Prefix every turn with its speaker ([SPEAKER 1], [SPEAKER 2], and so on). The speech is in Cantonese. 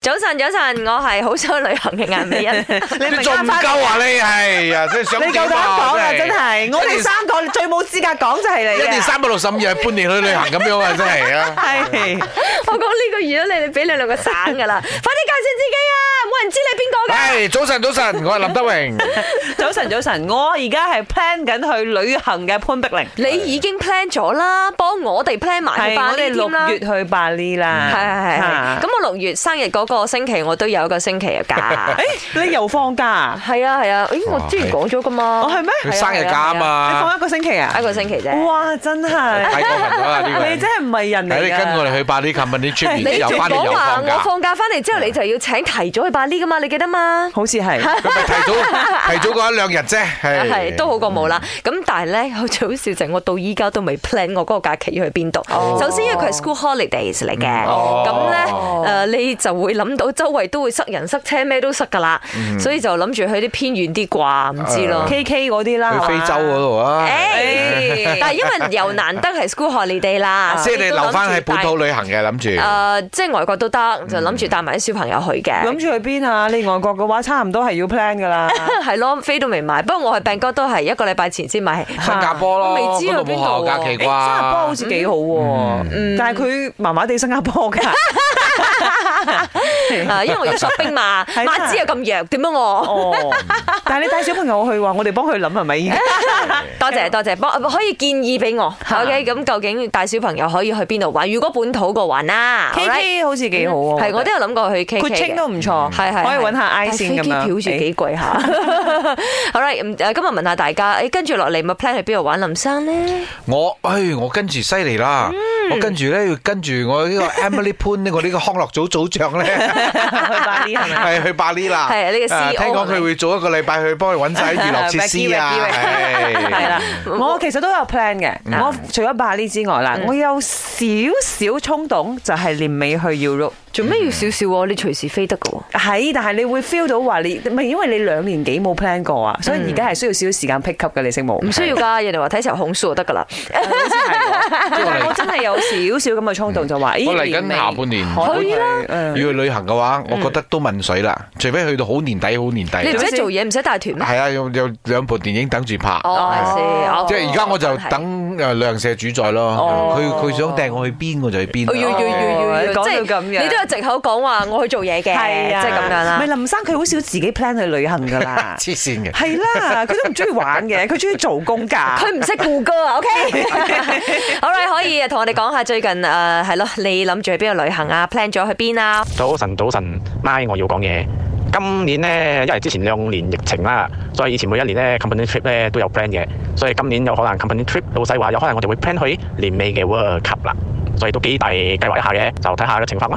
[SPEAKER 1] 早晨，早晨，我係好想旅行嘅顏美欣，
[SPEAKER 2] 你
[SPEAKER 3] 你
[SPEAKER 2] 明
[SPEAKER 3] 仲
[SPEAKER 2] 啱
[SPEAKER 3] 唔
[SPEAKER 2] 翻
[SPEAKER 3] 夠啊你係啊，真係 想
[SPEAKER 2] 你夠膽
[SPEAKER 3] 點啊
[SPEAKER 2] 講啊！真係，我哋三個最冇資格講就係你啊
[SPEAKER 3] 一年
[SPEAKER 2] 嘅。
[SPEAKER 3] 三百六十五日半年去旅行咁樣啊，真係啊！
[SPEAKER 2] 係
[SPEAKER 1] 我講呢個預咗你，你俾你兩個散噶 啦，快啲介紹自己啊！冇人知你邊個噶。
[SPEAKER 3] 係早晨，早晨，我係林德榮，
[SPEAKER 2] 早晨，早晨，我而家係 plan 緊去旅行嘅潘碧玲，
[SPEAKER 1] 你已經 plan 咗啦，幫我哋 plan 埋去
[SPEAKER 2] 係
[SPEAKER 1] 巴
[SPEAKER 2] 我哋
[SPEAKER 1] 厘
[SPEAKER 2] 六
[SPEAKER 1] 添啦。
[SPEAKER 2] 月啊去巴厘啦。
[SPEAKER 1] 係係係係，
[SPEAKER 2] 嚇
[SPEAKER 1] 咁我六月生日嗰個星期我都有一個星期嘅假。
[SPEAKER 2] 誒，你又放假 啊？
[SPEAKER 1] 係啊係啊，咦我之前講咗噶嘛，
[SPEAKER 2] 哦係咩
[SPEAKER 3] 佢生日假啊
[SPEAKER 2] 你
[SPEAKER 3] 嘛
[SPEAKER 2] 放，一個星期啊
[SPEAKER 1] 一？個星期啫。
[SPEAKER 2] 哇！真
[SPEAKER 3] 太
[SPEAKER 2] 係，
[SPEAKER 3] 過分啦呢個
[SPEAKER 2] 你
[SPEAKER 3] 人
[SPEAKER 2] 真。係唔係人嚟
[SPEAKER 3] 係你跟我哋去八啲 company 出
[SPEAKER 2] 你
[SPEAKER 3] 面之後，
[SPEAKER 1] 仲
[SPEAKER 3] 翻嚟
[SPEAKER 1] 講
[SPEAKER 3] 又
[SPEAKER 1] 話
[SPEAKER 3] 放
[SPEAKER 1] 我
[SPEAKER 3] 假，
[SPEAKER 1] 放假翻嚟之後，你就要請提早去巴厘噶嘛，你記得嘛？
[SPEAKER 2] 好似係。
[SPEAKER 3] 佢咪提早提早過一兩日啫，係嗯
[SPEAKER 1] 係都好過冇啦。咁但係咧，佢 最好笑就係我到依家都未 plan 我嗰個假期要去邊度。首先因為佢係 school holidays 嚟嘅，
[SPEAKER 3] 哦
[SPEAKER 1] 咁咧誒你就會諗到周圍都會塞人塞車，咩都塞㗎啦。
[SPEAKER 3] 嗯
[SPEAKER 1] 所以就諗住去啲偏遠啲啩，唔知 咯。
[SPEAKER 2] K K 嗰啲啦，
[SPEAKER 3] 去
[SPEAKER 2] 係
[SPEAKER 3] 非
[SPEAKER 2] 嘛
[SPEAKER 3] 洲嗰度啊，
[SPEAKER 1] 誒但係因為又難得係 school holiday 啦，
[SPEAKER 3] 啊即係你留翻喺本土旅行嘅諗住。
[SPEAKER 1] 誒，即係外國都得，就諗住帶埋啲小朋友去嘅。
[SPEAKER 3] 嗯
[SPEAKER 2] 諗住去邊啊？你外國嘅話，差唔多係要 plan 噶啦。
[SPEAKER 1] 係咯，飛都未買。不過我去病哥都係一個禮拜前先 買。
[SPEAKER 3] 新加坡
[SPEAKER 1] 我
[SPEAKER 3] 咯，
[SPEAKER 1] 未知
[SPEAKER 3] 嗰度
[SPEAKER 1] 去邊
[SPEAKER 3] 冇
[SPEAKER 1] 度
[SPEAKER 3] 學校假
[SPEAKER 2] 誒新
[SPEAKER 3] 期
[SPEAKER 2] 加坡好
[SPEAKER 3] 啩？
[SPEAKER 2] 似幾好
[SPEAKER 3] 嗯
[SPEAKER 2] 喎，嗯但係佢麻麻地新加坡㗎。
[SPEAKER 1] 啊，因為我要 shopping 嘛，
[SPEAKER 2] 係啦
[SPEAKER 1] 孖子又咁弱，點啊我？
[SPEAKER 2] 哦，但係你帶小朋友去喎，我哋幫佢諗係咪 已經？
[SPEAKER 1] 多謝多謝，幫可以建議俾我。OK，咁究竟帶小朋友可以去邊度玩？如果本土個玩啦
[SPEAKER 2] K K 好似幾好啊喎，
[SPEAKER 1] 係我都有諗過去 K K
[SPEAKER 2] 佢嗯清都唔錯，
[SPEAKER 1] 係係
[SPEAKER 2] 可以揾下 I 線咁
[SPEAKER 1] 但係
[SPEAKER 2] 樣。
[SPEAKER 1] 飛機票住幾貴下。 好啦，咁嗯誒今日問下大家，誒跟住落嚟咪 plan 去邊度玩林生咧？
[SPEAKER 2] 嗯
[SPEAKER 3] 我，唉，我跟住犀利啦！我跟住咧要跟住我呢個 Emily Poon 呢個呢個康樂組組長咧。
[SPEAKER 2] 去巴黎係咪？
[SPEAKER 3] 係去巴厘啦，
[SPEAKER 1] 係呢個
[SPEAKER 3] 啊
[SPEAKER 1] CEO
[SPEAKER 3] 聽講佢會做一個禮拜去幫你揾晒啲娛樂設施啊
[SPEAKER 2] Becky，Becky，，
[SPEAKER 3] 係嗯
[SPEAKER 2] 係啦，我其實都有 plan 嘅。我除咗巴黎之外啦，我有少少衝動，就係年尾去 Europe。
[SPEAKER 1] 做咩要少少喎？你隨時飛得 噶喎。
[SPEAKER 2] 係，但係你會 feel 到話你唔係因為你兩年幾冇 plan 過啊，所以而家係需要少少時間 pick up 嘅，你識冇？
[SPEAKER 1] 唔需要㗎，人哋話睇時候控訴就得㗎啦。
[SPEAKER 3] 呃
[SPEAKER 2] 但係我真係有少少咁嘅衝動，就話咦，
[SPEAKER 3] 嗯我嚟緊下半年
[SPEAKER 2] 可以啦，
[SPEAKER 3] 要
[SPEAKER 2] 嗯
[SPEAKER 3] 去旅行嘅話，我覺得都問水啦，除非去到好年底，好年
[SPEAKER 1] 你唔
[SPEAKER 3] 底，
[SPEAKER 1] 使做嘢，唔使帶團咩？
[SPEAKER 3] 係啊，有有兩部電影等住拍。
[SPEAKER 1] 哦，
[SPEAKER 2] 係
[SPEAKER 1] 係
[SPEAKER 3] 即係而家我就。等誒量社主宰咯，佢佢想掟我去邊我就去邊。
[SPEAKER 1] 我哦要要要要要，即係你都有藉口講話我去做嘢嘅，即
[SPEAKER 2] 係啊，
[SPEAKER 1] 係咁樣啦
[SPEAKER 2] 咪。林生佢好少自己 plan 去旅行㗎
[SPEAKER 3] ，
[SPEAKER 2] 啦
[SPEAKER 3] 黐線嘅。
[SPEAKER 2] 係啦，佢都唔中意玩嘅，佢中意做工 㗎。
[SPEAKER 1] 佢唔識顧歌啊，OK？好啦，可以同我哋講下最近誒係咯，你諗住去邊度旅行啊？plan 咗去邊啊？
[SPEAKER 4] 早晨，早晨，咪我要講嘢。今年呢，因為之前兩年疫情啦，所以以前每一年呢 company trip 呢都有 plan 嘅，所以今年有可能 company trip 老細話有可能我哋會 plan 去年尾嘅 World Cup 啦，所以都幾大計劃一下嘅，就睇下個情況啦。